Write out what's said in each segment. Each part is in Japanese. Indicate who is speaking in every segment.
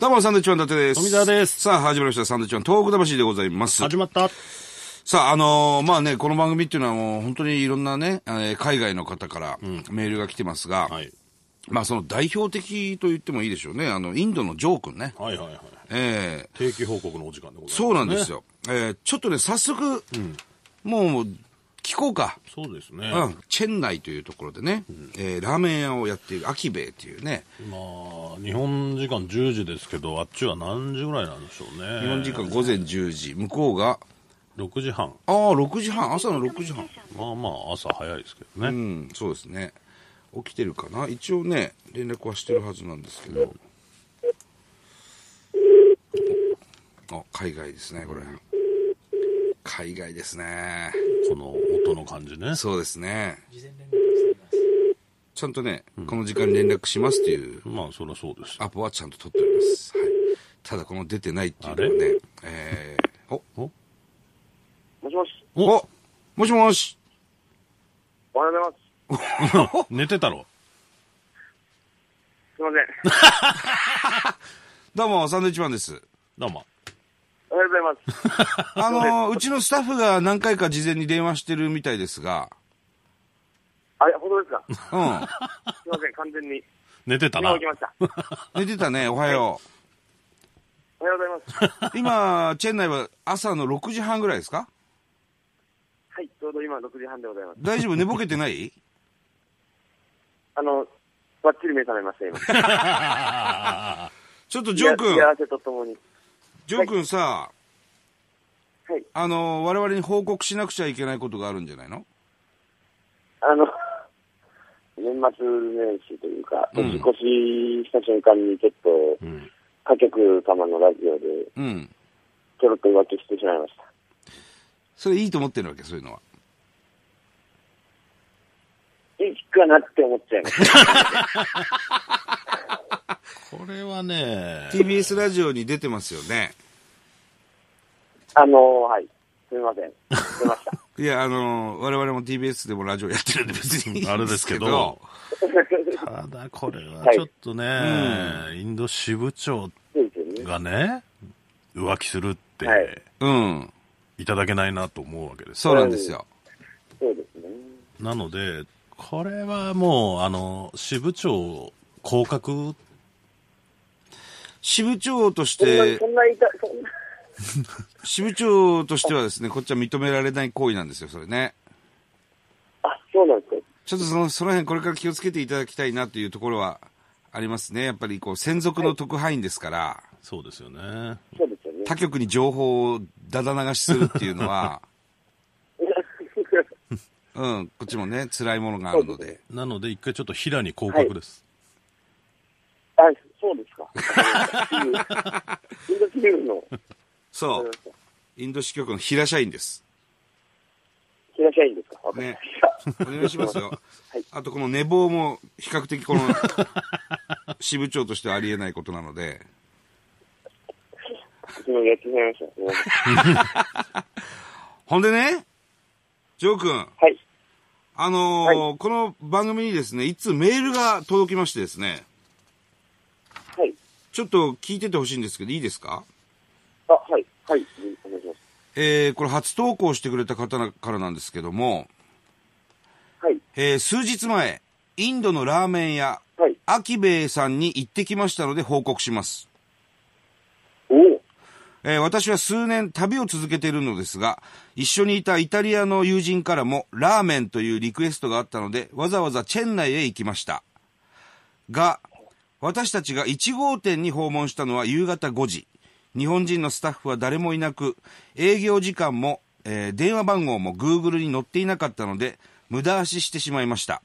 Speaker 1: どうも、サンドウィッチマン伊達です。
Speaker 2: 富澤です
Speaker 1: さあ、始まりました。サンドウィッチマン、東北魂でございます。
Speaker 2: 始まった。
Speaker 1: さあ、あのーまあね、この番組っていうのはもう本当にいろんなね、えー海外の方からメールが来てますが、
Speaker 2: はい。
Speaker 1: まあその代表的と言ってもいいでしょうね。あの、インドのジョー君ね。
Speaker 2: はいはいはい。
Speaker 1: ええ
Speaker 2: 定期報告のお時間でございます、
Speaker 1: そうなんです。よ。えーちょっとね、早速、もう、聞こうか。
Speaker 2: そうですね。
Speaker 1: うん、チェンナイというところでね、えーラーメン屋をやっているアキベイというね、
Speaker 2: まあ、日本時間10時ですけど、あっちは何時ぐらいなんでしょうね。
Speaker 1: 日本時間午前10時、向こうが、
Speaker 2: 6時半。
Speaker 1: ああ、6時半、朝の6時半。
Speaker 2: まあまあ、朝早いですけど
Speaker 1: う
Speaker 2: ね。
Speaker 1: ん、そうですね。起きてるかな一応ね、連絡はしてるはずなんですけど。あ、海外ですね、これ。海外ですね。
Speaker 2: この音の感じね。
Speaker 1: そうですね。ちゃんとね、この時間に連絡しますっていう
Speaker 2: まあ、そりゃそうですよ。
Speaker 1: アポはちゃんと取っております。はい。ただこの出てないっていうのはね、えー、お、
Speaker 2: お
Speaker 3: もしもし、
Speaker 1: お、もしもし。
Speaker 3: おはようございます。
Speaker 2: 寝てたろ。
Speaker 3: すいません。
Speaker 1: どうも、サンドウィッチマンです。
Speaker 2: どうも。
Speaker 3: おはようございます。
Speaker 1: あのーうちのスタッフが何回か事前に電話してるみたいですが、
Speaker 3: あれ、本当ですか
Speaker 1: うん。
Speaker 3: すいません、完全に。
Speaker 2: 寝てた
Speaker 3: 今
Speaker 2: な
Speaker 3: 起き。ました。お
Speaker 1: 寝てたね、おはよ
Speaker 3: はようございます。
Speaker 1: う。今、チェン内は朝の6時半ぐらいですか
Speaker 3: はい、ちょうど今6時半でございます。
Speaker 1: 大丈夫寝ぼけてない
Speaker 3: あの、ばっちり目覚めました、今。
Speaker 1: ちょっとジョー君
Speaker 3: や、らせとともに。
Speaker 1: ジョー君さ、
Speaker 3: はい。
Speaker 1: あのー、我々に報告しなくちゃいけないことがあるんじゃないの
Speaker 3: あの、 年末年始というか、年越しした瞬間にちょっと、
Speaker 2: うん。
Speaker 3: 他局様のラジオで、
Speaker 1: うん。
Speaker 3: ちょろっと浮気してしまいました。
Speaker 1: それいいと思ってるわけ、そういうのは。
Speaker 3: いいかなって思っちゃいました。
Speaker 2: これはね、
Speaker 1: TBS ラジオに出てますよね。
Speaker 3: あの、はい。すみません。出ました。
Speaker 1: いや、あのー、我々も TBS でもラジオやってるんで別にいいん
Speaker 2: あれですけど、ただこれはちょっとね、インド支部長
Speaker 3: そうですよね。
Speaker 2: がね、浮気するって、
Speaker 3: はい
Speaker 1: うん。
Speaker 2: いただけないなと思うわけです
Speaker 1: そ
Speaker 2: よ
Speaker 1: うなんですよ。
Speaker 3: そうですね。
Speaker 2: なので、これはもう、あの、支部長降格、
Speaker 1: 支部長とし
Speaker 3: そん
Speaker 1: て
Speaker 3: な、そ、んな痛い、そんな。
Speaker 1: 支部長としてはですね、こっちは認められない行為なんですよ、それね。
Speaker 3: あ、そうなんですか。
Speaker 1: ちょっとその、その辺これから気をつけていただきたいなというところはありますね。やっぱりこう、専属の特派員ですから、
Speaker 2: そうですよね。
Speaker 3: そうですよね。
Speaker 1: 他局に情報をだだ流しするっていうのは、うん、こっちもね、辛いものがあるので。
Speaker 2: なので、一回ちょっと平に降格です。
Speaker 3: あ、そうですか。インドキリウムの、
Speaker 1: そ
Speaker 3: うん
Speaker 1: う、インド支局の平社員です。
Speaker 3: 平社員ですか。わかり
Speaker 1: ね
Speaker 3: ました。
Speaker 1: お願いしますよ
Speaker 3: はい。
Speaker 1: あとこの寝坊も比較的 この、支部長としてはありえないことなので、
Speaker 3: 昨日やってしまいました。すみません
Speaker 1: ほんでね、ジョー君、
Speaker 3: はい。
Speaker 1: あのーこの番組にですね、いつメールが届きましてですね、
Speaker 3: はい。
Speaker 1: ちょっと聞いててほしいんですけど、いいですか
Speaker 3: あ、はい。はい。お願いします。
Speaker 1: えー、これ初投稿してくれた方からなんですけども、
Speaker 3: はい。
Speaker 1: えー、数日前、インドのラーメン屋、
Speaker 3: はい。
Speaker 1: アキベイさんに行ってきましたので報告します。
Speaker 3: おお。
Speaker 1: えー私は数年旅を続けているのですが、一緒にいたイタリアの友人からもラーメンというリクエストがあったので、わざわざチェン内へ行きました。が、私たちが1号店に訪問したのは夕方5時。日本人のスタッフは誰もいなく、営業時間も、えー電話番号も Google に載っていなかったので、無駄足してしまいました。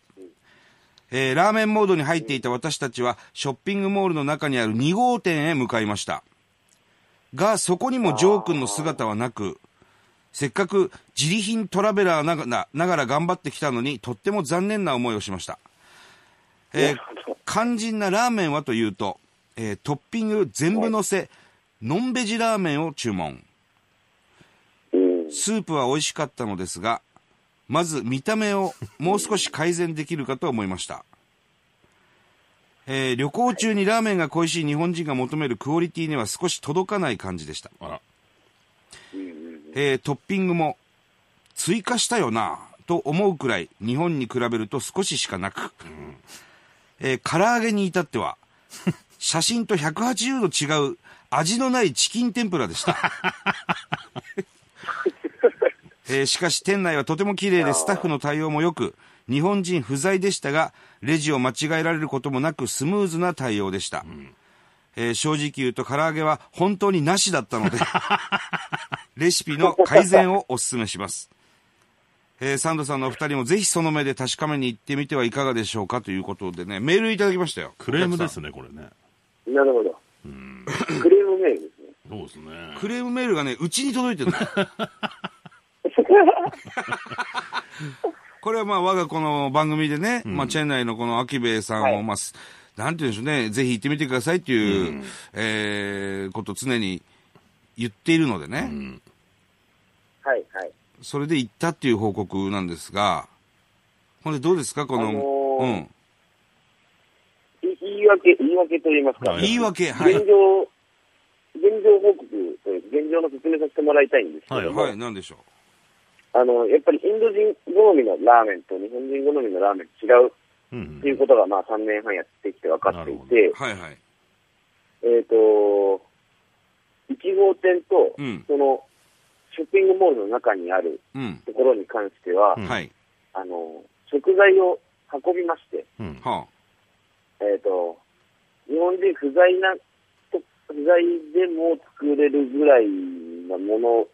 Speaker 1: えーラーメンモードに入っていた私たちは、ショッピングモールの中にある2号店へ向かいました。が、そこにもジョー君の姿はなく、せっかく自利品トラベラーながなながら頑張ってきたのに、とっても残念な思いをしました。えー肝心なラーメンはというと、えートッピング全部乗せ、ノンベジラーメンを注文。
Speaker 3: うん。
Speaker 1: スープは美味しかったのですが、まず見た目をもう少し改善できるかと思いました。えー旅行中にラーメンが恋しい日本人が求めるクオリティには少し届かない感じでした。
Speaker 2: あら。
Speaker 1: えートッピングも追加したよなと思うくらい日本に比べると少ししかなく、えー唐揚げに至っては写真と180度違う味のないチキン天ぷらでした、えーしかし店内はとても綺麗でスタッフの対応も良く日本人不在でしたがレジを間違えられることもなくスムーズな対応でした、えー正直言うと唐揚げは本当になしだったのでレシピの改善をお勧めします。えーサンドさんのお二人もぜひその目で確かめに行ってみてはいかがでしょうかということでね、メールいただきましたよ。
Speaker 2: クレームで
Speaker 1: お
Speaker 2: すね、これね。
Speaker 3: なるほど。クレームメールですね。
Speaker 2: そうですね。
Speaker 1: 客さん。クレームメールがね、うちに届いて るの。これはまあ我がこの番組でね、まあチェン内のこの秋兵衛さんを、
Speaker 3: はい
Speaker 1: まあ、すなんて言うんでしょうね、ぜひ行ってみてくださいっていう、えーことを常に言っているのでね、
Speaker 3: はい、はい。
Speaker 1: それで行ったっていう報告なんですが、ほんでどうですか、この、
Speaker 3: あのー
Speaker 1: うん。
Speaker 3: い言い訳、言い訳と言いますか。
Speaker 2: はい
Speaker 1: 言い訳、はい。
Speaker 3: 現状、現状報告、えー現状の説明させてもらいたいんですけど、
Speaker 2: はい
Speaker 1: はい、なんでしょ
Speaker 3: あの、やっぱりインド人好みのラーメンと日本人好みのラーメン違う
Speaker 2: うん
Speaker 3: っ
Speaker 2: う
Speaker 3: てい
Speaker 2: ん。
Speaker 3: うことが、まあ3年半やってきて分かっていて
Speaker 1: う。、はいはい。
Speaker 3: えっ、と、1号店と、
Speaker 1: うん
Speaker 3: その、ショッピングモールの中にある
Speaker 1: うん。
Speaker 3: ところに関しては、
Speaker 2: うん
Speaker 1: はい。
Speaker 3: あの、食材を運びまして、
Speaker 2: うん。
Speaker 1: は
Speaker 3: えっ、と、日本人不在な、と不在でも作れるぐらいなもの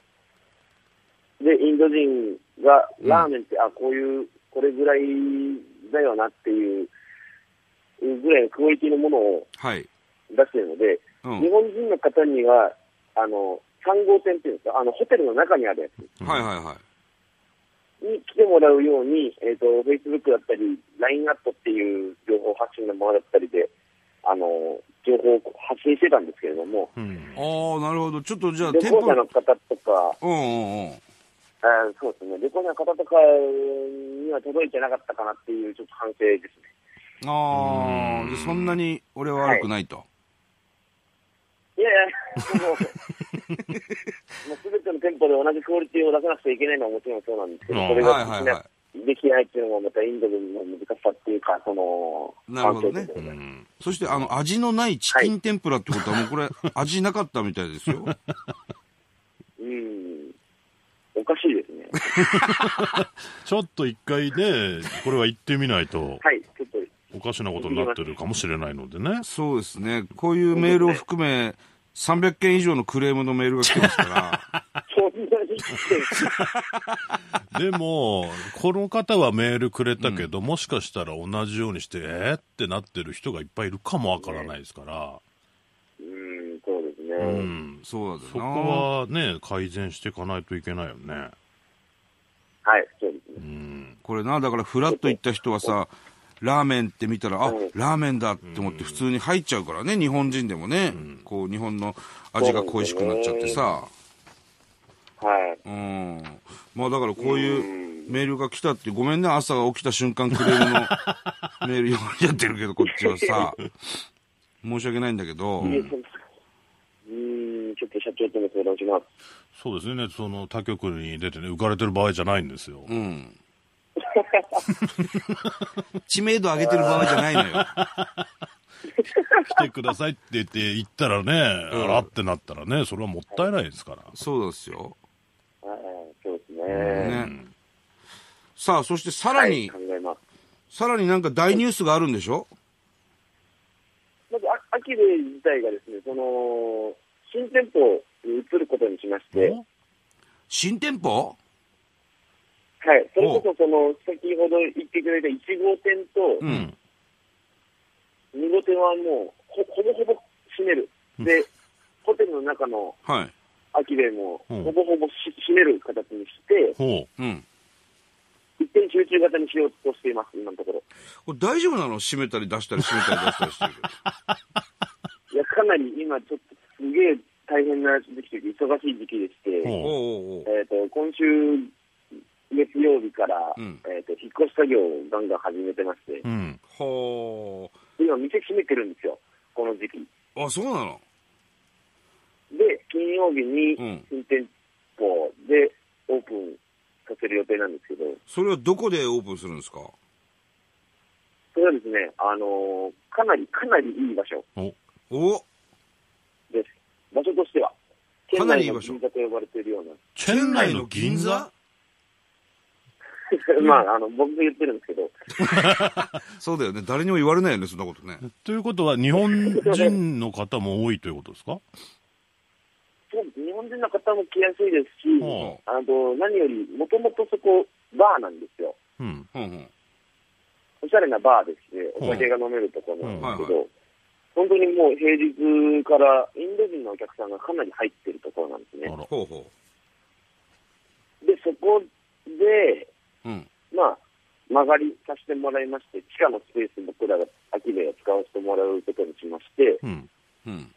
Speaker 3: で、インド人がラーメンって、あ、こういう、これぐらいだよなっていう、ぐらいのクオリティのものを
Speaker 1: あ。はい。
Speaker 3: 出してるので、
Speaker 1: う
Speaker 3: 日
Speaker 1: ん。
Speaker 3: 本人の方には、あの、3号店っていうんですか、あの、ホテルの中にあるやつ
Speaker 1: はいはいはい。
Speaker 3: に来てもらうように、えっ、と、Facebook だったり、LINE アットっていう情報発信のものだったりで、あの、情報を発信してたんですけれども、
Speaker 2: うん。
Speaker 1: ああ、なるほど。ちょっとじゃあ、
Speaker 3: 旅
Speaker 1: 店
Speaker 3: 行
Speaker 1: 舗
Speaker 3: 者、の方とか、
Speaker 1: うんうんうん。
Speaker 3: あーそうですね、旅行者の方とかには届いてなかったかなっていう、ちょっと反省ですね。
Speaker 1: ああ、でそんなに俺は悪くないと。
Speaker 3: いやいや、もう、 もう全ての店舗で同じクオリティを出さなくちゃいけないのはもちろんそうなんですけ
Speaker 2: うん
Speaker 3: ど、それ
Speaker 1: は
Speaker 3: が
Speaker 1: いはい
Speaker 3: できな
Speaker 1: はい
Speaker 3: できないっていうのもまたインドの難しさっていうか、その、
Speaker 1: なるほどね
Speaker 3: 環境といううか
Speaker 2: ん。
Speaker 1: そして、あの、味のないチキン天ぷらってことは、もうこ れ、味なかったみたいですよ。
Speaker 3: うん、おかしいです ね。
Speaker 2: ちょっと一回ね、これは行ってみないと、
Speaker 3: はい、ちょっと、
Speaker 2: おかしなことになってるかもしれないのでね。
Speaker 1: そうですね。こういうメールを含め、300件以上のクレームのメールが来てます から、
Speaker 3: そんなにって、
Speaker 2: でも、この方はメールくれたけど、もしかしたら同じようにして、えー、ってなってる人がいっぱいいるかもわからないですから、
Speaker 3: うん、そうですね。
Speaker 2: うん。
Speaker 1: そうだ
Speaker 2: そこ
Speaker 1: な。
Speaker 2: はね、改善していかないといけないよね。
Speaker 3: はい、そうです
Speaker 2: う
Speaker 3: ね。
Speaker 2: ん。
Speaker 1: これな、だからフラッと行った人はさ、ラーメンって見たら、あ、
Speaker 3: うん
Speaker 1: ラーメンだって思って普通に入っちゃうからね、日本人でもね、こう日本の味が恋しくなっちゃってさ、
Speaker 3: はい。
Speaker 1: うん。まあだからこういう
Speaker 3: う
Speaker 1: メールが来たって、ごめんね、朝が起きた瞬間クレ ームのメール読んじゃってるけど、こっちはさ、申し訳ないんだけど、
Speaker 3: いやそううん、ちょっと社長とも相談します。
Speaker 2: そうですね、その他局に出てね、浮かれてる場合じゃないんですよ。
Speaker 1: うん。知名度上げてる場合じゃないのよ。
Speaker 2: 来てくださいって言って行ったらね、
Speaker 1: うん
Speaker 2: あらってなったらね、それはもったいないですから。
Speaker 1: そうですよ。
Speaker 3: はい、そうですね。
Speaker 1: ね。さあ、そしてさら
Speaker 3: は
Speaker 1: に
Speaker 3: い、考、えます。
Speaker 1: さらになんか大ニュースがあるんでしょ
Speaker 3: まず、あ秋で自体がですね、その、新店舗に移ることにしまして、
Speaker 2: お
Speaker 1: 新店舗
Speaker 3: はい、それこそその、先ほど言ってくれた1号店と
Speaker 1: う、ん。
Speaker 3: 2号店はもうほ、ほぼほぼ閉める。で、ホテルの中の
Speaker 1: はい。
Speaker 3: 秋でも、
Speaker 2: うん
Speaker 3: ほぼほぼし閉める形にして、
Speaker 2: ほ
Speaker 1: うん。
Speaker 3: 一点集中型にしようとしています、今のところ。
Speaker 1: これ大丈夫なの閉めたり出したり閉めたり出したりしてるけど。
Speaker 3: いや、かなり今ちょっとすげえ大変な時期で、忙しい時期でし
Speaker 2: う。
Speaker 3: て、
Speaker 2: ほ
Speaker 1: おうおうおう。
Speaker 3: えっ、と、今週月曜日から、
Speaker 1: うん
Speaker 3: えっ、と、引っ越し作業をガンガン始めてまして
Speaker 2: う。う、ん。
Speaker 1: ほう。
Speaker 3: で今、店閉めてるんですよ、この時期。
Speaker 1: あ、そうなの
Speaker 3: で、金曜日に
Speaker 1: うん
Speaker 3: 新店舗でオープンさせる予定なんですけど、
Speaker 1: それはどこでオープンするんですか
Speaker 3: それはですね、あのーかなり、かなりいい場所
Speaker 2: お、
Speaker 1: お
Speaker 3: です。場所としては、
Speaker 1: か
Speaker 3: 県
Speaker 1: なりい
Speaker 3: 内
Speaker 1: い
Speaker 3: の
Speaker 1: 場所
Speaker 3: 銀座と呼ばれているような、
Speaker 2: チェン内の銀座
Speaker 3: まあ、あの、僕が言ってるんですけど、
Speaker 1: そうだよね。誰にも言われないよね、そんなことね。
Speaker 2: ということは、日本人の方も多いということですか
Speaker 3: そうです日本人の方も来やすいですし、
Speaker 2: ほ
Speaker 3: あの、何より、もともとそこ、バーなんですよ。
Speaker 2: うん。
Speaker 1: うんうん。
Speaker 3: おしゃれなバーでして、お酒が飲めるところなんですけど、本当にもう平日からインド人のお客さんがかなり入ってるところなん
Speaker 2: あ
Speaker 3: ですね。
Speaker 2: ら。
Speaker 1: ほうほ
Speaker 3: で、そこで、
Speaker 1: う。うん。
Speaker 3: まあ、曲がりさせてもらいまして、地下のスペースに僕らが秋で使わせてもらうことにしまして、
Speaker 2: うん。
Speaker 1: うん。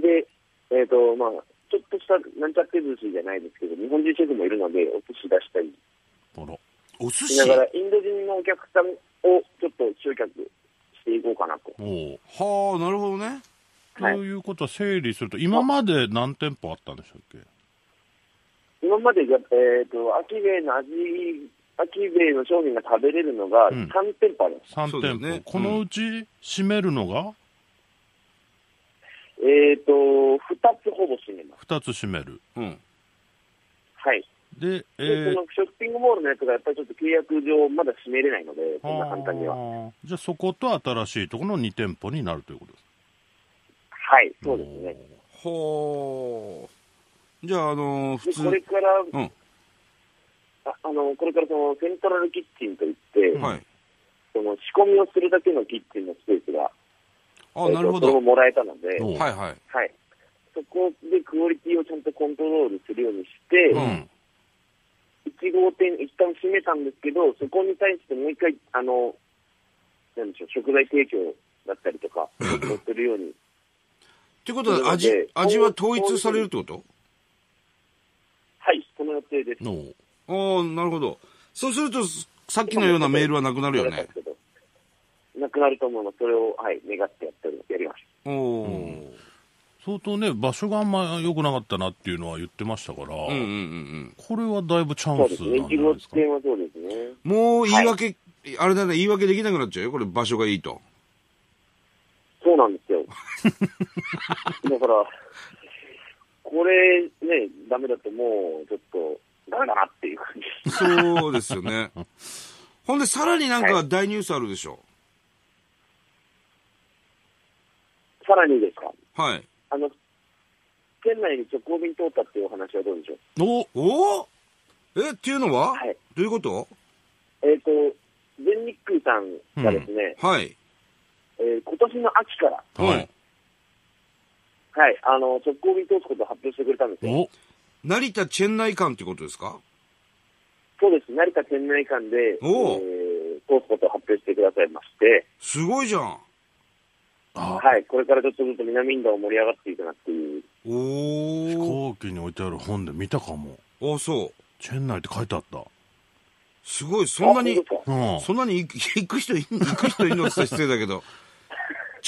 Speaker 3: で、えっ、と、まあ、ちょっとした、なんちゃって寿司じゃないですけど、日本人シェフもいるので、お寿司出したり
Speaker 2: あら。
Speaker 1: お寿
Speaker 3: し
Speaker 1: 司
Speaker 3: ながら、インド人のお客さんをちょっと集客していこうかなと。
Speaker 2: お
Speaker 1: は
Speaker 2: う
Speaker 1: あ、なるほどね。
Speaker 3: はい
Speaker 2: ということは、整理すると、今まで何店舗あったんでしたっけ
Speaker 3: 今までが、えっ、と、秋兵衛の味、秋兵衛の商品が食べれるのが
Speaker 2: うん
Speaker 3: 3店舗あります。
Speaker 2: 三
Speaker 1: そうだよ
Speaker 2: 店舗、
Speaker 1: ねうん
Speaker 2: このうち閉めるのが
Speaker 3: えっ、と、2つほぼ閉めます。
Speaker 2: 2つ閉める
Speaker 1: うん。
Speaker 3: はい。
Speaker 2: でえ
Speaker 3: で、
Speaker 2: ー
Speaker 3: そのショッピングモールのやつがやっぱりちょっと契約上まだ閉めれないので、そんな簡単には。
Speaker 2: あーじゃあそこと新しいところの2店舗になるということです
Speaker 3: はい、そうですね。
Speaker 1: ほう。じゃあ、あのー普
Speaker 3: で、
Speaker 1: 通。
Speaker 3: これから、
Speaker 1: うん。
Speaker 3: ああの、これからそのセントラルキッチンといって、
Speaker 1: はい。
Speaker 3: その仕込みをするだけのキッチンのスペースが、
Speaker 1: あ、
Speaker 3: えーと
Speaker 1: なるほ
Speaker 3: それ
Speaker 1: ど
Speaker 3: も。もらえたので、
Speaker 2: おう
Speaker 1: はいはい。
Speaker 3: はい。そこでクオリティをちゃんとコントロールするようにして、
Speaker 1: うん
Speaker 3: 1号店一旦閉めたんですけど、そこに対してもう一回、あの、なんでしょう、食材提供だったり とか、するように。
Speaker 1: ってことは、味
Speaker 3: なので、
Speaker 1: 味は統一されるってこと
Speaker 3: はい、この予定です。
Speaker 2: おう
Speaker 1: ああ、なるほど。そうすると、さっきのようなメールはなくなるよね。
Speaker 3: なくなると思うので、それを、はい、願ってやってるやります。
Speaker 1: おお
Speaker 2: 相当ね場所があんま良くなかったなっていうのは言ってましたから、
Speaker 1: ー。うんうんうん
Speaker 2: これはだいぶチャ
Speaker 3: そ
Speaker 2: ン
Speaker 3: うで
Speaker 2: ス
Speaker 3: すね、
Speaker 2: なんじゃな
Speaker 3: 1
Speaker 2: い
Speaker 3: 号
Speaker 2: ですか
Speaker 3: 店はそうですね。
Speaker 1: うん。もう言い訳、あれだね、言い訳できなくなっちゃうよ。これ場所がいいと。
Speaker 3: そうなんですよ。だから、これね、ダメだともう、ちょっと、ダメだなっていう感 じ。
Speaker 1: そうですよ ね。ほんで、さらになんか大ニュースあるでしょ。
Speaker 3: さらにですか
Speaker 1: はい。
Speaker 3: あの、県内に直行便通ったっていうお話はどうでしょう
Speaker 2: お
Speaker 1: おおえ、っていうのは、
Speaker 3: はい
Speaker 1: どういうこと
Speaker 3: えっ、と、全日空さんがですね、
Speaker 1: はい。
Speaker 3: えー今年の秋から、
Speaker 2: はい。
Speaker 3: はい、あの、直行便通すことを発表してくれたんですよ。
Speaker 2: お
Speaker 1: 成田チェン内間ってことですか
Speaker 3: そうです、成田県内間で、え
Speaker 1: おう
Speaker 3: ー通すことを発表してくださいまして、
Speaker 1: すごいじゃん。
Speaker 2: あ
Speaker 3: はい、これからちょっとずつ南インドを盛り上がっていくなっていう、
Speaker 2: 飛
Speaker 1: お
Speaker 2: 行機に置いてある本で見たかも
Speaker 1: お。あ、そう。
Speaker 2: チェン内って書いてあった
Speaker 1: すごい、そんな
Speaker 3: あ
Speaker 1: に
Speaker 3: 本当、ですか
Speaker 2: うん
Speaker 1: そんなに行く行く人いん、 行く人いんのって言ったら失礼だけど、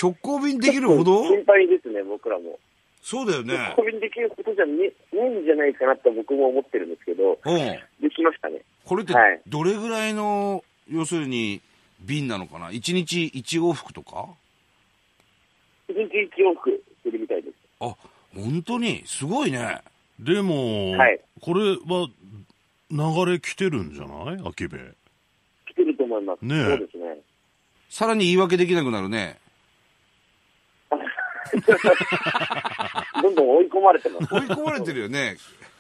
Speaker 1: 直行便できるほ ど
Speaker 3: 心配ですね、僕らも。
Speaker 1: そうだよね
Speaker 3: 直。行便できることじゃねないんじゃないかなって僕も思ってるんですけど、
Speaker 1: うん。
Speaker 3: できましたね。
Speaker 1: これって
Speaker 3: はい、
Speaker 1: どれぐらいの、要するに、便なのかな ?1 日1往復とか
Speaker 3: 一日一往復するみたいです。
Speaker 1: あ、本当に、すごいね。
Speaker 2: でも、
Speaker 3: はい
Speaker 2: これは流れ来てるんじゃない秋部
Speaker 3: 来てると思います。
Speaker 2: ねえ
Speaker 3: そうですね。
Speaker 1: さらに言い訳できなくなるね。
Speaker 3: どんどん追い込まれてます。
Speaker 1: 追い込まれてるよね。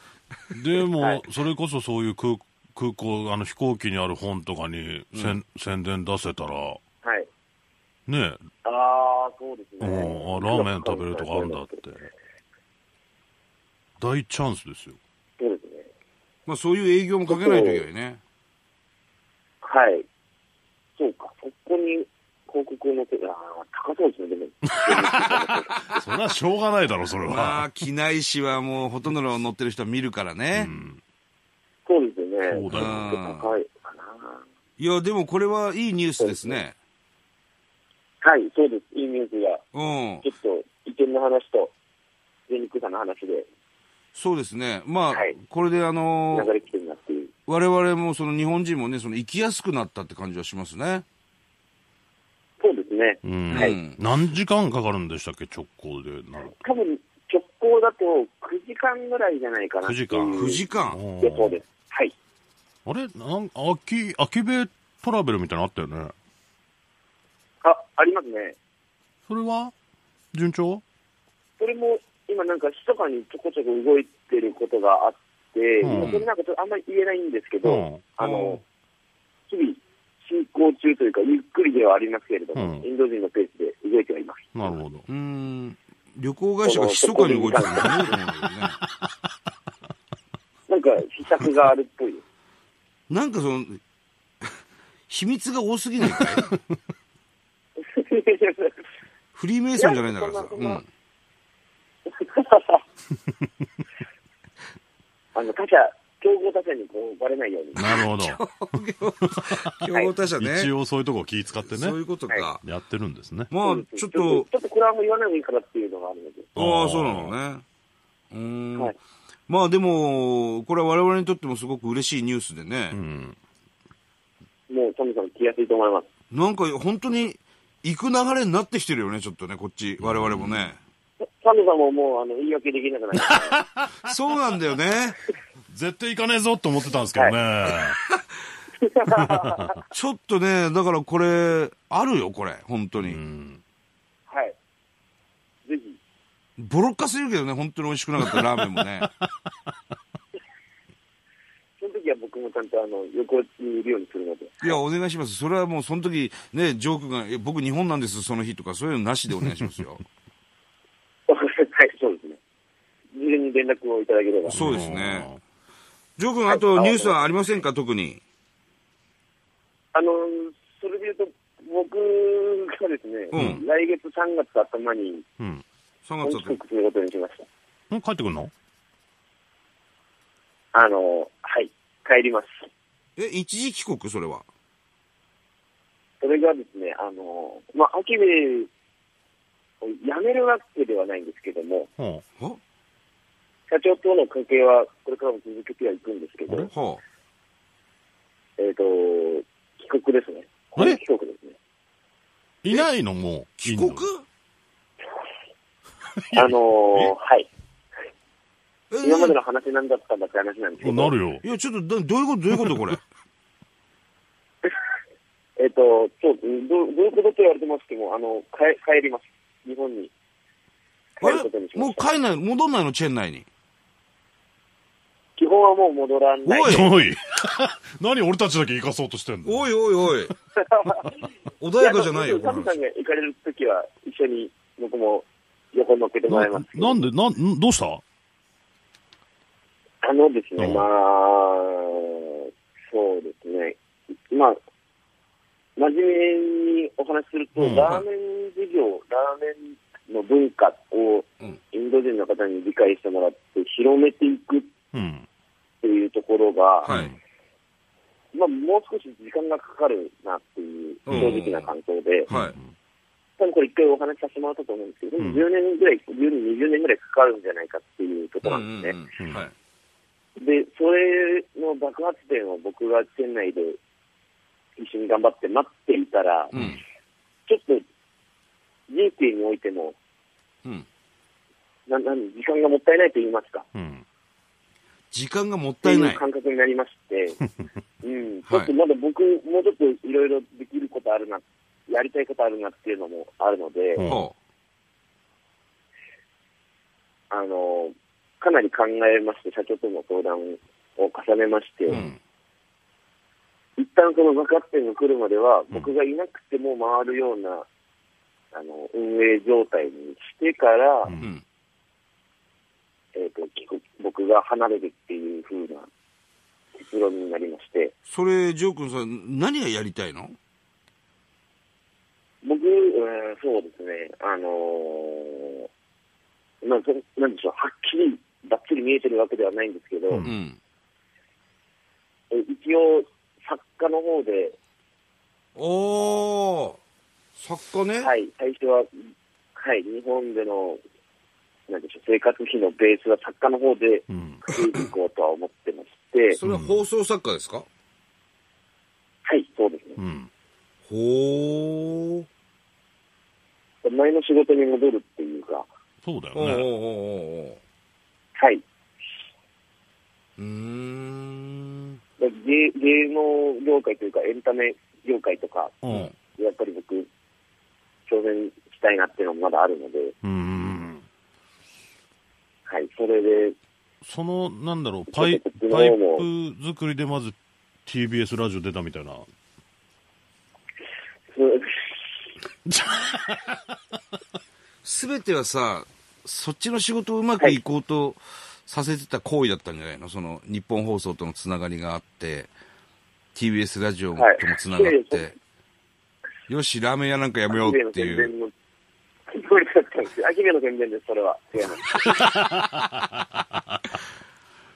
Speaker 2: でも、
Speaker 3: はい
Speaker 2: それこそそういう空空港あの飛行機にある本とかに、せん宣伝出せたら
Speaker 3: はい。
Speaker 2: ね
Speaker 3: ああ、そうです
Speaker 2: え、う
Speaker 3: ね。
Speaker 2: んあラーメン食べるとかあるんだって大チャンスですよ
Speaker 3: そうですね。
Speaker 1: まあそういう営業もかけないといけないね。
Speaker 3: はい。そうか、そこに広告を載せて、ああ、高そうですね、でも。
Speaker 2: それはしょうがないだろそれ
Speaker 1: ま
Speaker 2: は、
Speaker 1: あ、機内誌はもうほとんどの乗ってる人は見るからね。
Speaker 3: そうですよ
Speaker 2: そう
Speaker 3: ね。
Speaker 2: だ
Speaker 1: よ
Speaker 3: 高いかな。
Speaker 1: いや、でもこれはいいニュースですね。
Speaker 3: はい、そうです。インミューズが、
Speaker 1: うん
Speaker 3: ち。ょっと、意見の話と、全日空さんの話で
Speaker 1: そうですね。まあ、
Speaker 3: はい
Speaker 1: これであの
Speaker 3: 流れ来てるなっていう。
Speaker 1: 我々もその日本人もね、その生きやすくなったって感じはしますね。
Speaker 3: そうですね。
Speaker 2: うん
Speaker 3: はい
Speaker 1: うん
Speaker 2: 何時間かかるんでしたっけ、直行でなる。
Speaker 3: 多分、直行だと9時間ぐらいじゃないかなっていう。
Speaker 2: 9時間
Speaker 1: 9時間。
Speaker 2: お
Speaker 3: で、そう
Speaker 2: ー
Speaker 3: です。はい。
Speaker 2: あれなん秋、秋米トラベルみたいなのあったよね。
Speaker 3: あ、ありますね。
Speaker 2: それは順調
Speaker 3: それも、今なんか、密かにちょこちょこ動いてることがあって、
Speaker 2: うん
Speaker 3: まあそれなんかちょっとあんまり言えないんですけど、
Speaker 2: うん
Speaker 3: あ
Speaker 1: うん
Speaker 3: の、日々、進行中というか、ゆっくりではありますけれども、
Speaker 2: うん
Speaker 3: インド人のペースで動いてはいます。
Speaker 2: なるほど。
Speaker 1: うん。旅行会社が密かに動いてるんだね。 うんね
Speaker 3: なんか、秘策があるっぽい です。
Speaker 1: なんかその、 秘密が多すぎない かいフリーメイソンじゃないんだからさ。。
Speaker 3: いうやそんなそんなんあの、他社、競合他社にこう、バレないように。
Speaker 2: なるほど。
Speaker 1: 競合他社ね。
Speaker 2: 一応そういうとこ気使って
Speaker 1: そうい
Speaker 2: ね
Speaker 1: う、ことか。
Speaker 3: は
Speaker 2: やってるんですね。
Speaker 1: まあ
Speaker 3: そうで、す
Speaker 1: ちょっと
Speaker 3: ち、ょっとこれはもう言わない方がいいかなっていうのがあるので。
Speaker 1: ああ、そうなのね。うーん。
Speaker 3: はい
Speaker 1: まあでも、これは我々にとってもすごく嬉しいニュースでね
Speaker 2: う。ん。
Speaker 3: もう、トムさん来やすいと思います。
Speaker 1: なんか本当に、行く流れになってきてるよね、ちょっとね、こっち、我々もね。
Speaker 3: サムさんももう、あの、言い訳できなくなりま した。
Speaker 1: そうなんだよね。
Speaker 2: 絶対行かねえぞと思ってたんですけどね。
Speaker 1: ちょっとね、だからこれ、あるよ、これ、本当
Speaker 2: う
Speaker 1: に。
Speaker 2: ん。
Speaker 3: はい。ぜひ。
Speaker 1: ボロッカするけどね、本当に美味しくなかったラーメンもね。
Speaker 3: その時は僕もちゃんとあの横にいるようにするので。
Speaker 1: いや、お願いします。それはもう、その時、ね、ジョークが、いや僕日本なんです、その日とか、そういうのなしでお願いしますよ。
Speaker 3: はい、そうですね。事前に連絡をいただければ。
Speaker 1: そうですね。
Speaker 2: うん。
Speaker 1: ジョー君、
Speaker 3: はい
Speaker 1: あとニュースはありませんか、特に。
Speaker 3: あの、それで言うと、僕がですね、
Speaker 1: うん
Speaker 3: 来月3月頭に
Speaker 2: うん。
Speaker 1: 3
Speaker 3: 本
Speaker 1: 月だ
Speaker 3: 帰
Speaker 1: と
Speaker 3: 国。することにしまし
Speaker 2: もう帰ってくんの
Speaker 3: た。あの、はい、帰ります。
Speaker 1: え、一時帰国、それは。
Speaker 3: それがですね、あの、まあ、秋部を辞めるわけではないんですけども、
Speaker 2: うん。
Speaker 1: は
Speaker 3: 社長との関係はこれからも続けてはいくんですけど、
Speaker 1: は
Speaker 3: えっ、と、帰国ですね。
Speaker 2: あれ
Speaker 3: 帰国ですね。
Speaker 2: いないのもう。
Speaker 1: 帰国
Speaker 3: あのー、はい。
Speaker 1: え
Speaker 3: 今までの話なんだったんだって話なんです
Speaker 2: イ
Speaker 3: け
Speaker 2: ンド
Speaker 3: ど、
Speaker 2: なるよ。
Speaker 1: いや、ちょっと、どどういうこと、どういうこと、これ。
Speaker 3: えっ、と、そう、どうどういうことと言われてますけども、あの、帰帰ります。日本に帰ることにし
Speaker 1: えも
Speaker 3: ま
Speaker 1: う
Speaker 3: した。
Speaker 1: 帰んない、戻んないの、チェン内に。
Speaker 3: 基本はもう戻らない。
Speaker 1: おい
Speaker 2: おい。 何俺たちだけ行かそうとしてんの
Speaker 1: おいおいおい。穏やかじゃないよ、こ
Speaker 3: サ
Speaker 1: の
Speaker 3: ムさ
Speaker 1: 話
Speaker 3: ん。が行かれるときは、一緒に僕も横に乗っけてもらいますけど。
Speaker 2: ななんで、なん、んどうした
Speaker 3: あのですね、
Speaker 2: うん
Speaker 3: まあ、そうですね。まあ、真面目にお話しすると、
Speaker 2: うん
Speaker 3: ラーメン事業、ラーメンの文化を
Speaker 1: うん
Speaker 3: インド人の方に理解してもらって広めていくっ
Speaker 2: うん。
Speaker 3: ていうところが、
Speaker 1: はい。
Speaker 3: まあ、もう少し時間がかかるなっていう
Speaker 1: うん
Speaker 3: 正直な感想で、
Speaker 1: はい。
Speaker 3: 多分これ一回お話しさせてもらったと思うんですけど、でも
Speaker 2: うん
Speaker 3: 10年ぐらい、10年、20年ぐらいかかるんじゃないかっていうと
Speaker 1: う
Speaker 3: こ
Speaker 1: ん
Speaker 3: ろ
Speaker 1: う
Speaker 3: なん
Speaker 1: ん
Speaker 3: ですね。
Speaker 1: うん。はい。
Speaker 3: で、それの爆発点を僕が店内で一緒に頑張って待っていたら、
Speaker 1: うん。
Speaker 3: ちょっと人生においても、
Speaker 1: うん。
Speaker 3: ななん時間がもったいないと言いますか、
Speaker 2: うん。
Speaker 1: 時間がもっ
Speaker 3: と
Speaker 1: たいない
Speaker 3: いう。感覚になり まして、うん、ちょ
Speaker 1: はい
Speaker 3: っとまだ僕、もうちょっといろいろできることあるな、やりたいことあるなっていうのもあるので、
Speaker 2: うん
Speaker 1: は
Speaker 3: あの、かなり考えまして、社長とも相談を重ねまして、
Speaker 1: あ。うん。
Speaker 3: 一旦その爆発点が来るまでは、
Speaker 2: うん
Speaker 3: 僕がいなくても回るような、あの、運営状態にしてから、
Speaker 2: う
Speaker 1: うんん。
Speaker 3: えっ、と、帰国僕が離れるっていう風な結論になりまして、
Speaker 1: それ、ジョー君さん、何がやりたいの
Speaker 3: 僕、えーそうですね、あのーまあ、そなんでしょう、はっきり、ばっちり見えてるわけではないんですけど、
Speaker 2: うん
Speaker 1: うん。
Speaker 3: え一応、作家の方で、
Speaker 1: おー。作家ね、
Speaker 3: はい、最初は、はい、日本での、なんでしょう、生活費のベースは作家の方で
Speaker 2: うん。
Speaker 3: 作っていこうとは思ってま して、
Speaker 1: それは放送作家ですか、
Speaker 3: はい、そうです
Speaker 2: う
Speaker 3: ね。
Speaker 2: ん。
Speaker 1: ほー。
Speaker 3: 前の仕事に戻るっていうか、
Speaker 2: そうだ
Speaker 1: おうおうおう
Speaker 2: よね。
Speaker 1: おうおう
Speaker 3: はい、
Speaker 1: うーん。
Speaker 3: 芸芸能業界というか、エンタメ業界とか、
Speaker 2: うん。うん
Speaker 3: やっぱり僕、挑戦したいなっていうのもまだあるので、
Speaker 2: うんうん。
Speaker 3: はい、それで、
Speaker 2: その、なんだろう、パイ
Speaker 3: ちょっと
Speaker 2: パイ
Speaker 3: 昨日も
Speaker 2: プ作りでまず TBS ラジオ出たみたいな。
Speaker 3: そう
Speaker 1: すべてはさ、そっちの仕事をうまくいこうとさせてた行為だったんじゃないのその日本放送とのつながりがあって、TBS ラジオとも
Speaker 3: はい
Speaker 1: つながっ
Speaker 3: いやいや
Speaker 1: て、よし、ラーメン屋なんかやめようって
Speaker 3: アキ
Speaker 1: い
Speaker 3: ベの宣
Speaker 1: う。
Speaker 3: 伝の、そうだったんですよ。アキベの 宣伝です、それは。違います。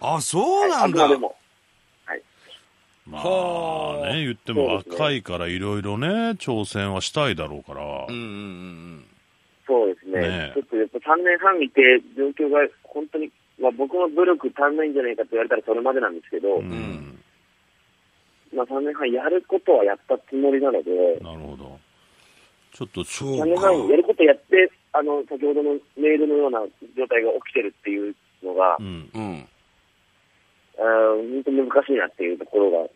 Speaker 1: あ、そうな
Speaker 3: あ
Speaker 1: ん
Speaker 3: く
Speaker 1: だ。
Speaker 3: までも。はい。
Speaker 2: ま
Speaker 1: は
Speaker 2: あ
Speaker 1: あ
Speaker 2: ね、言って
Speaker 3: そ
Speaker 2: も
Speaker 3: うですね
Speaker 2: 若いからいろいろね、挑戦はしたいだろうから。
Speaker 1: うんうんうん
Speaker 3: そうですね。
Speaker 2: ねえ
Speaker 3: ちょっとやっぱ3年半いて、状況が本当に、まあ、僕の努力足んないんじゃないかって言われたらそれまでなんですけど、
Speaker 2: うん。
Speaker 3: まあ3年半やることはやったつもりなので、
Speaker 2: なるほど。ちょっと、
Speaker 1: そう
Speaker 3: 3年半やることやって、あの、先ほどのメールのような状態が起きてるっていうのが、
Speaker 2: うん。
Speaker 1: うん。うん。
Speaker 3: あー本当に難しいなっていうところが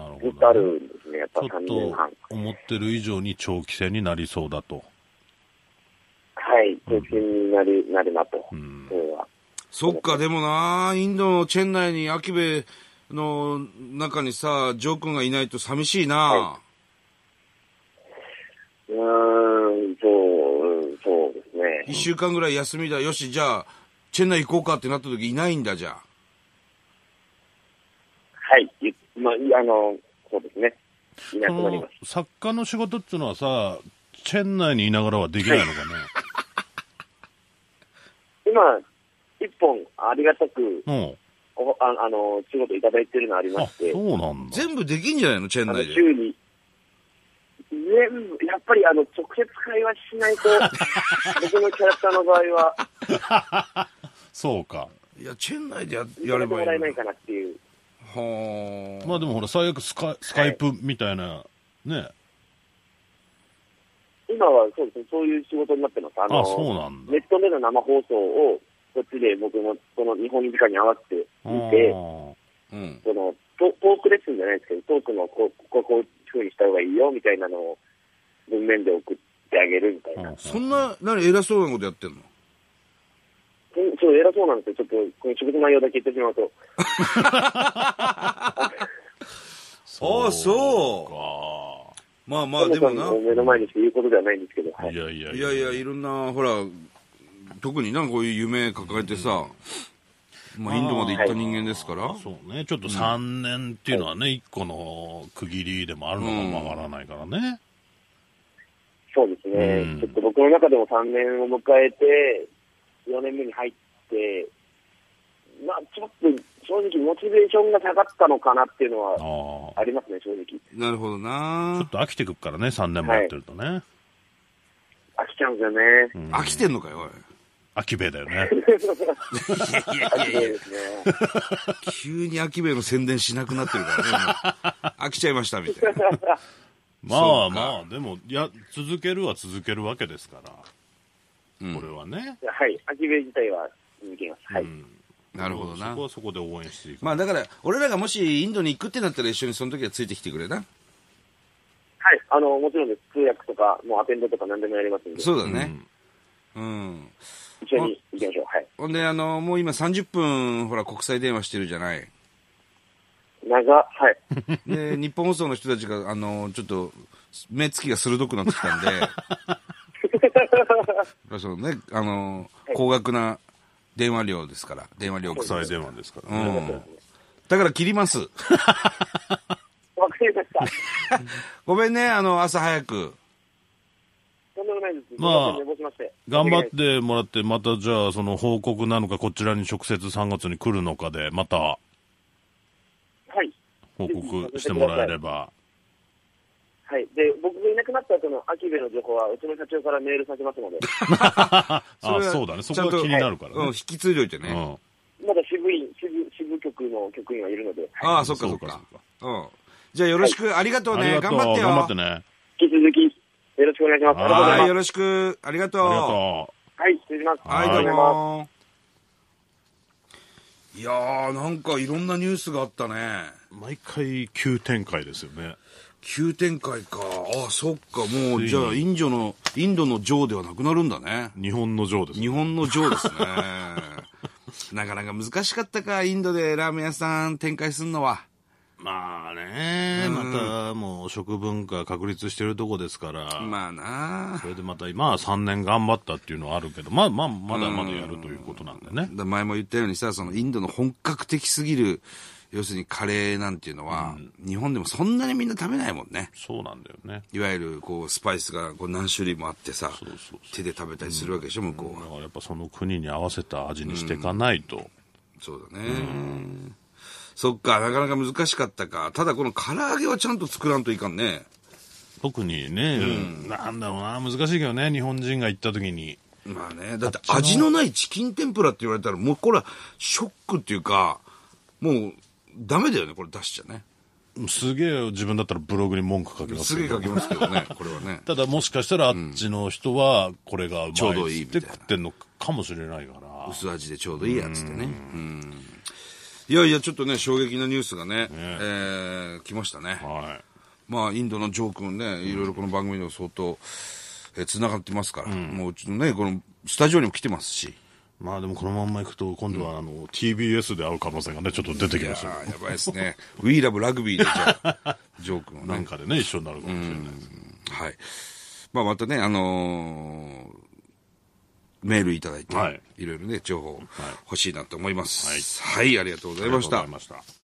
Speaker 2: なるほどね、
Speaker 3: ずっとあるんですね、やっ
Speaker 2: ち
Speaker 3: ぱ
Speaker 2: ょっ
Speaker 3: 3年半。
Speaker 2: と思ってる以上に長期戦になりそうだと。
Speaker 3: はい、中心になり、なるなと、
Speaker 2: うん
Speaker 3: それは。
Speaker 1: そっか、でもな、インドのチェン内にアキベの中にさ、ジョー君がいないと寂しいな。
Speaker 3: はうーん、そう、うんそうですね。
Speaker 1: 一週間ぐらい休みだ。よし、じゃあ、チェンナイ行こうかってなった時いないんだ、じゃあ。
Speaker 3: はい、ゆまあ、いあの、そうですね。いな
Speaker 2: そ
Speaker 3: くなり
Speaker 2: の
Speaker 3: ます。
Speaker 2: 作家の仕事っていうのはさ、チェン内にいながらはできない のかね。
Speaker 3: 今、一本ありがたく
Speaker 2: うん。
Speaker 3: おあ、あの、仕事いただいてるのありま
Speaker 2: あ、
Speaker 3: して、
Speaker 2: そうなんだ。
Speaker 1: 全部できんじゃないのチェン
Speaker 3: あ
Speaker 1: ナ
Speaker 3: の、
Speaker 1: イで。
Speaker 3: 週に、全部、やっぱりあの、直接会話しない と、僕のキャラクターの場合は、
Speaker 2: そうか。
Speaker 1: いや、チェンナイでやや
Speaker 3: や
Speaker 1: れ
Speaker 3: めて
Speaker 1: ばい
Speaker 3: も
Speaker 1: いのに。
Speaker 3: らえないかなっていう。
Speaker 1: はあ。
Speaker 2: まあでもほら、最悪スカイスカイプみたいな、ね。
Speaker 3: 今はそうですね、そういう仕事になってます。あの
Speaker 2: あ、そうなんだ
Speaker 3: ネ。ットでの生放送を、こっちで僕もその日本時間に合わせて
Speaker 2: あ
Speaker 3: 見て、
Speaker 2: ー
Speaker 1: うん。
Speaker 3: そのトトークレッスンじゃないですけど、トークのこうこここういうふうにした方がいいよみたいなのを文面で送ってあげるみたいな。
Speaker 2: うん
Speaker 1: そんな、何、偉そうなことやってんの
Speaker 3: うんちょっと偉そうなんですよ。ちょっとこの仕事内容だけ言ってしまうと。
Speaker 1: あ
Speaker 2: そ
Speaker 1: そまあま
Speaker 3: ト
Speaker 1: あ、
Speaker 3: ム
Speaker 1: で
Speaker 3: さ
Speaker 1: も
Speaker 3: ん
Speaker 1: な
Speaker 3: の。目の前にして言うことではないんですけど。
Speaker 2: うか
Speaker 3: はい
Speaker 2: いやいや
Speaker 1: いやいや、いろんな、ほら、特にな、こういう夢抱えてさ、まあ、インドまで行った人間ですから。
Speaker 2: そうね、ちょっと3年っていうのはね、一個の区切りでもあるのかもわからないからね。
Speaker 3: そうですね、
Speaker 2: うん
Speaker 3: ちょっと僕の中でも3年を迎えて、4年目に入って、まあ、ちょっと正直、モチベーションが下がったのかなっていうのは
Speaker 2: ああ。
Speaker 3: ありますね、正直。
Speaker 1: なるほど
Speaker 2: ちょっ
Speaker 1: な。
Speaker 2: と飽きてくっからね、3年もやってるとね。
Speaker 3: 飽きちゃうんですよね。
Speaker 2: うん
Speaker 1: 飽きてんのかよ、おい。
Speaker 2: 飽きべだ よね。
Speaker 3: 飽きてですね。
Speaker 1: 急にアキベの宣伝しなくなってるからねもう。飽きちゃいました、みたいな。
Speaker 2: ま
Speaker 1: そ
Speaker 2: あ
Speaker 1: うか
Speaker 2: まあ、でも、いや、続けるは続けるわけですから、
Speaker 1: うん
Speaker 2: これはね。
Speaker 3: はい、アキベ自体は続けます。はい。
Speaker 2: うん
Speaker 1: なるほどな
Speaker 2: そこはそこで応援していく。
Speaker 1: まあだから、俺らがもしインドに行くってなったら一緒にその時はついてきてくれな。
Speaker 3: はい、あの、もちろんです。通訳とか、もうアテンドとか何でもやりますんで、
Speaker 1: そうだ
Speaker 2: う
Speaker 1: ね。
Speaker 2: ん
Speaker 1: うん。
Speaker 3: 一緒に行きましょう。はい。
Speaker 1: ほんで、あの、もう今30分、ほら、国際電話してるじゃない。
Speaker 3: 長、 はい。
Speaker 1: で、日本放送の人たちが、あの、ちょっと、目つきが鋭くなってき たんで、やっぱそのね、あの、高額な電話料ですから、電話料
Speaker 2: 国際電話ですから
Speaker 1: う
Speaker 2: ね。
Speaker 1: ん。だから切ります。
Speaker 3: わかりました。
Speaker 1: ごめんね、あの、朝早く。
Speaker 3: とんでもないです。
Speaker 2: まあ
Speaker 3: すいせん寝坊しまして。
Speaker 2: 頑張ってもらって、またじゃあ、その報告なのか、こちらに直接3月に来るのかで、また
Speaker 3: はい。
Speaker 2: 報告してもらえれば。
Speaker 3: はい。で、僕がいなくなった後の秋部の情報は、うちの社長からメールさせます ので、
Speaker 2: あ
Speaker 1: れは
Speaker 2: そうだね。そ
Speaker 1: ちゃん
Speaker 2: ことが気になるから
Speaker 1: うん、
Speaker 2: ね
Speaker 1: 引。き継いでおいて
Speaker 2: う
Speaker 1: ね。
Speaker 2: ん。
Speaker 3: まだ支部員、支部、支部局の局員はいるので、
Speaker 1: ああ、そっかそっか。うん。じゃあよろしく、ありがとう
Speaker 2: あり
Speaker 1: ね。
Speaker 2: が
Speaker 1: 頑
Speaker 2: とう。
Speaker 1: 張ってよ。
Speaker 2: 頑張ってね。あ
Speaker 3: 引き続き、よろしくお願いします。ありがとうござ
Speaker 1: は
Speaker 3: いま
Speaker 1: い、
Speaker 3: す
Speaker 1: よ。ろしく。ありがと
Speaker 2: り
Speaker 1: う。
Speaker 2: がと
Speaker 3: はい、失礼します。
Speaker 1: は、
Speaker 2: はいい
Speaker 1: ど
Speaker 3: あ
Speaker 1: う
Speaker 3: りがとうございます
Speaker 1: も。いやー、なんかいろんなニュースがあったね。
Speaker 2: う。毎回急展開ですよね。
Speaker 1: 急展開か。ああ、そっか。もう、
Speaker 2: に
Speaker 1: じゃあ、インドの、インドの女王ではなくなるんだね。
Speaker 2: 日本のジョーです。
Speaker 1: 日本の女王 ですね。なかなか難しかったか、インドでラーメン屋さん展開すんのは。
Speaker 2: まあね、またもう食文化確立してるとこですから、
Speaker 1: まあな
Speaker 2: それでまた今は3年頑張ったっていうのはあるけど、まあまあ、まだまだやるということなんでね。
Speaker 1: だ前も言ったようにさ、そのインドの本格的すぎる、要するにカレーなんていうのは、日本でもそんなにみんな食べないもんね。
Speaker 2: そうなんだよね。
Speaker 1: いわゆる、こう、スパイスがこう何種類もあってさ、
Speaker 2: そうそうそ
Speaker 1: 手で食べたりするわけでしょ、向こう
Speaker 2: う。だ
Speaker 1: は。
Speaker 2: からやっぱその国に合わせた味にしていかないと。
Speaker 1: そうだね。そっか、なかなか難しかったか。ただこの唐揚げはちゃんと作らんといかんね。
Speaker 2: 特にね、なんだろうな、難しいけどね、日本人が行った時に。
Speaker 1: まあね、だって味のないチキン天ぷらって言われたら、もうこれはショックっていうか、もうダメだよね、これ出しちゃね。
Speaker 2: すげえ自分だったらブログに文句書きます
Speaker 1: すげえ
Speaker 2: け
Speaker 1: 書
Speaker 2: ど。
Speaker 1: きますけどね、これはね。
Speaker 2: ただもしかしたらあっちの人はこれがうまいっつ
Speaker 1: ちょうどいいみ
Speaker 2: った
Speaker 1: い
Speaker 2: て
Speaker 1: な
Speaker 2: 食ってんのかもしれないから。
Speaker 1: 薄味でちょうどいいやつってね。うんいやいや、ちょっとね、衝撃のニュースがね、えー来ましたね。
Speaker 2: はい。
Speaker 1: まあ、インドのジョー君ね、いろいろこの番組でも相当、えー繋がってますから、もううちのね、この、スタジオにも来てますし、
Speaker 2: まあでもこのまんま行くと、今度はあの、TBS で会う可能性がね、ちょっと出てきました
Speaker 1: あ
Speaker 2: ね
Speaker 1: ーやばいですね。We Love Rugby でじゃあ、 ジョー君を
Speaker 2: な
Speaker 1: ね
Speaker 2: ん、かでね、一緒になるかもしれないですね。
Speaker 1: はい。まあ、またね、あのーメールいただいて、
Speaker 2: はいい、
Speaker 1: ろいろね、情報欲しいなと思います。はい、ありがとうございました。
Speaker 2: ありがとうございました。